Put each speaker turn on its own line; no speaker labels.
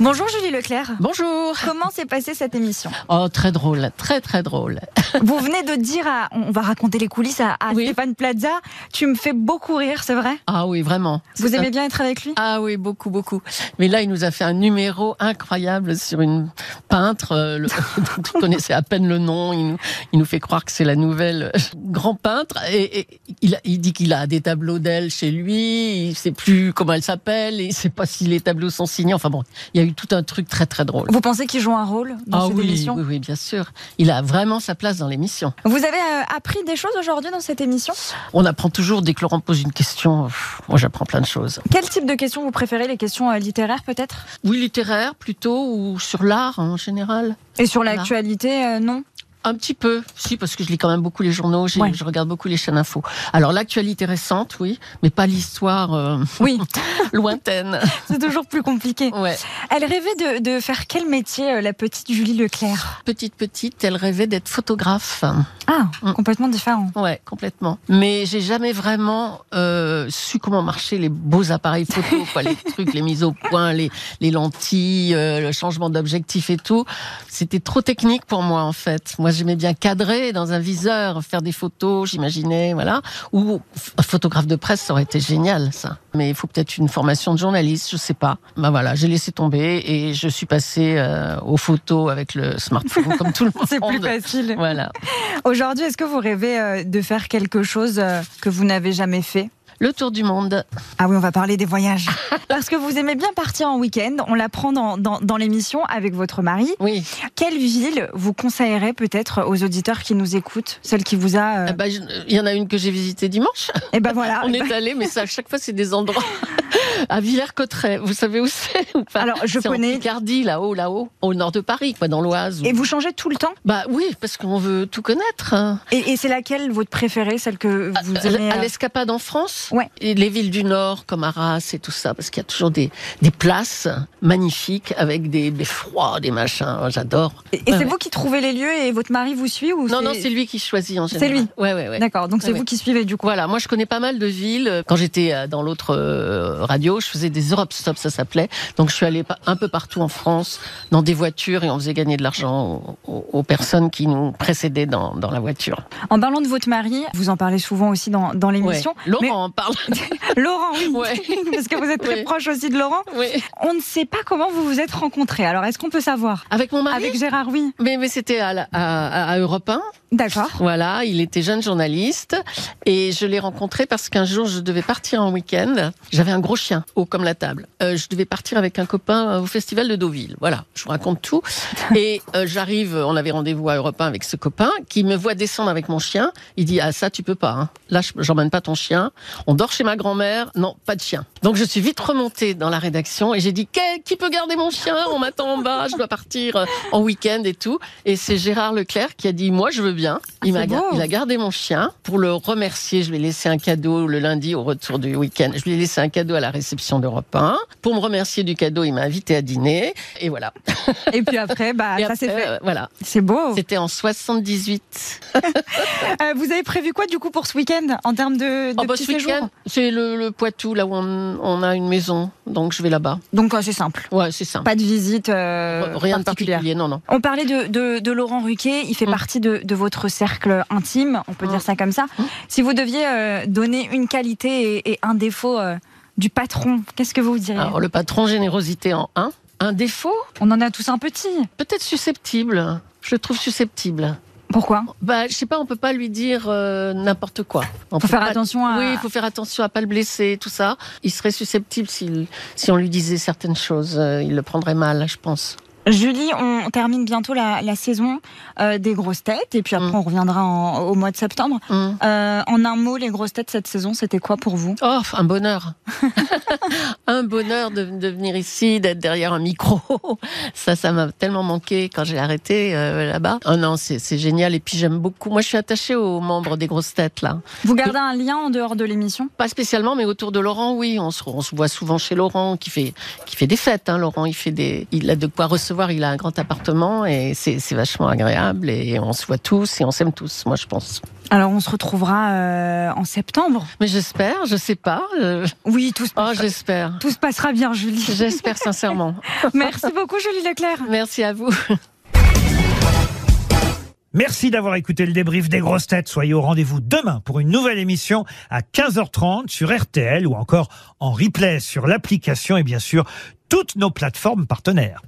Bonjour Julie Leclerc.
Bonjour.
Comment s'est passée cette émission
Oh, très drôle, très très drôle.
Vous venez de dire, à- on va raconter les coulisses à, à
Oui.
Stéphane Plaza, tu me fais beaucoup rire, c'est vrai
Ah oui, vraiment.
Vous
C'est
aimez
un-
bien être avec lui
Ah oui, beaucoup, beaucoup. Mais là, il nous a fait un numéro incroyable sur une peintre euh, le- dont on connaissait à peine le nom. Il nous, il nous fait croire que c'est la nouvelle euh, grand peintre. Et, et il, a- il dit qu'il a des tableaux d'elle chez lui. Il sait plus comment elle s'appelle. et Il sait pas si les tableaux sont signés. Enfin bon, il y a eu tout un truc très très drôle.
Vous pensez qu'il joue un rôle dans
ah
cette
oui,
émission
oui, oui, bien sûr. Il a vraiment sa place dans l'émission.
Vous avez euh, appris des choses aujourd'hui dans cette émission
On apprend toujours dès que Laurent pose une question. pff, Moi, j'apprends plein de choses.
Quel type de questions vous préférez Les questions euh, littéraires peut-être
Oui, littéraire plutôt ou sur l'art hein, en général.
Et sur
Voilà.
l'actualité, euh, non
Un petit peu, si, parce que je lis quand même beaucoup les journaux, j'ai-
Ouais.
je regarde beaucoup les chaînes info. Alors l'actualité récente, oui, mais pas l'histoire euh,
Oui,
lointaine.
c'est toujours plus compliqué.
Ouais.
Elle rêvait de, de faire quel métier, euh, la petite Julie Leclerc
Petite petite, elle rêvait d'être photographe.
Ah,
Mm.
complètement différent.
Ouais, complètement. Mais j'ai jamais vraiment euh, su comment marchaient les beaux appareils photo, quoi, les trucs, les mises au point, les, les lentilles, euh, le changement d'objectif et tout. C'était trop technique pour moi en fait. Moi, j'aimais bien cadrer dans un viseur, faire des photos, j'imaginais, voilà. Ou ph- photographe de presse, ça aurait été génial ça. Mais il faut peut-être une formation de journaliste, je sais pas. Bah voilà, j'ai laissé tomber et je suis passée euh, aux photos avec le smartphone comme tout le monde.
C'est plus facile.
Voilà.
Aujourd'hui, est-ce que vous rêvez euh, de faire quelque chose euh, que vous n'avez jamais fait
Le tour du monde.
Ah oui, on va parler des voyages. Parce que vous aimez bien partir en week-end, on l'apprend dans, dans- dans l'émission avec votre mari.
Oui.
Quelle ville vous conseillerez peut-être aux auditeurs qui nous écoutent Celle qui vous a... euh,
Ah bah, je- il y en a une que j'ai visitée dimanche.
Eh ben voilà.
On est allé, mais ça, à chaque fois, c'est des endroits. À Villers-Cotterêts, vous savez où c'est ou pas
Alors, je
C'est En
connais...
Picardie, là-haut, là-haut, au nord de Paris, quoi, dans l'Oise. ou-
Et vous changez tout le temps
Bah oui, parce qu'on veut tout connaître. hein.
Et, et c'est laquelle votre préférée Celle que vous aimez
Ah, à
euh,
l'escapade en France,
Ouais.
et les villes du Nord comme Arras et tout ça, parce qu'il y a toujours des, des places magnifiques avec des beffrois, des machins. J'adore.
Et, et
Ouais,
c'est
ouais.
vous qui trouvez les lieux et votre mari vous suit ou
Non, non, c'est lui qui choisit en
C'est
général.
lui.
Ouais, ouais, ouais.
D'accord, donc c'est
Ouais,
vous
ouais.
qui suivez du coup.
Voilà, moi je connais pas mal de villes. Quand j'étais euh, dans l'autre euh, radio, je faisais des Europe Stop, ça s'appelait. Donc je suis allée pa- un peu partout en France, dans des voitures, et on faisait gagner de l'argent aux, aux- aux personnes qui nous précédaient dans, dans la voiture.
En parlant de votre mari, vous en parlez souvent aussi dans, dans
Ouais.
l'émission.
Laurent
Mais-
en parle.
Laurent, oui.
Ouais.
Parce que vous êtes très
Ouais.
proche aussi de Laurent.
Oui.
On ne sait pas comment vous vous êtes rencontrés. Alors, est-ce qu'on peut savoir
Avec mon mari.
Avec Gérard, oui.
Mais, mais c'était à, la- à, à- à Europe 1.
D'accord.
Voilà, il était jeune journaliste et je l'ai rencontré parce qu'un jour je devais partir en week-end. J'avais un gros chien, haut comme la table. Euh, je devais partir avec un copain euh, au festival de Deauville. Voilà, je vous raconte tout. Et euh, j'arrive, on avait rendez-vous à Europe 1 avec ce copain qui me voit descendre avec mon chien. Il dit Ah, ça, tu peux pas. hein. Là, je- j'emmène pas ton chien. On dort chez ma grand-mère. Non, pas de chien. Donc je suis vite remontée dans la rédaction et j'ai dit Quel- Qui peut garder mon chien On m'attend en bas, je dois partir euh, en week-end et tout. Et c'est Gérard Leclerc qui a dit Moi, je veux bien. Il,
Ah,
m'a
c'est
ga-
beau.
il a gardé mon chien. Pour le remercier, je lui ai laissé un cadeau le lundi au retour du week-end. Je lui ai laissé un cadeau à la réception d'Europe 1. Pour me remercier du cadeau, il m'a invité à dîner. Et voilà.
Et puis après, bah,
Et
ça c'est
après,
fait. Oh.
euh, voilà.
C'est beau.
C'était en 78.
Euh, vous avez prévu quoi du coup pour ce week-end en termes de, de
Oh, bah,
petit
ce week-end,
séjour
c'est le, le Poitou, là où on, on a une maison. Donc, je vais là-bas.
Donc, euh, c'est simple.
Ouais, c'est simple.
Pas de visite euh,
Rien de
particulière.
particulier, non, non.
On parlait de, de- de Laurent Ruquet, il fait
Mm.
partie de, de votre cercle intime, on peut
Mm.
dire ça comme ça.
Mm.
Si vous deviez euh, donner une qualité et, et un défaut euh, du patron, qu'est-ce que vous diriez
Alors, le patron générosité en 1. Un défaut
On en a tous un petit.
Peut-être susceptible. Je le trouve susceptible.
Pourquoi
Bah, je sais pas, on peut pas lui dire euh, n'importe quoi. On
Faut
peut
faire
pas-
attention à.
Oui, il faut faire attention à pas le blesser, tout ça. Il serait susceptible s'il- si on lui disait certaines choses. euh, il le prendrait mal, je pense.
Julie, on termine bientôt la, la saison euh, des grosses têtes et puis après
Mm.
on reviendra en- au mois de septembre.
Hum.
Euh, en un mot, les grosses têtes cette saison, c'était quoi pour vous
Oh, un bonheur. un bonheur de, de venir ici, d'être derrière un micro. Ça, ça m'a tellement manqué quand j'ai arrêté euh, là-bas. Oh non, c'est c'est génial. Et puis j'aime beaucoup. Moi, je suis attachée aux membres des grosses têtes, là.
Vous gardez un lien en dehors de l'émission
Pas spécialement, mais autour de Laurent, oui. On se, on se voit souvent chez Laurent, qui fait, qui fait des fêtes. hein. Laurent, il, fait des, il a de quoi recevoir. Il a un grand appartement et c'est c'est vachement agréable. Et on se voit tous et on s'aime tous, moi, je pense.
Alors on se retrouvera euh, en septembre.
Mais j'espère, je sais pas. euh,
Oui, tout se,
Oh, j'espère.
tout se passera bien, Julie.
J'espère sincèrement.
Merci beaucoup, Julie Leclerc.
Merci à vous.
Merci d'avoir écouté le débrief des grosses têtes. Soyez au rendez-vous demain pour une nouvelle émission à 15h30 sur RTL ou encore en replay sur l'application et bien sûr toutes nos plateformes partenaires.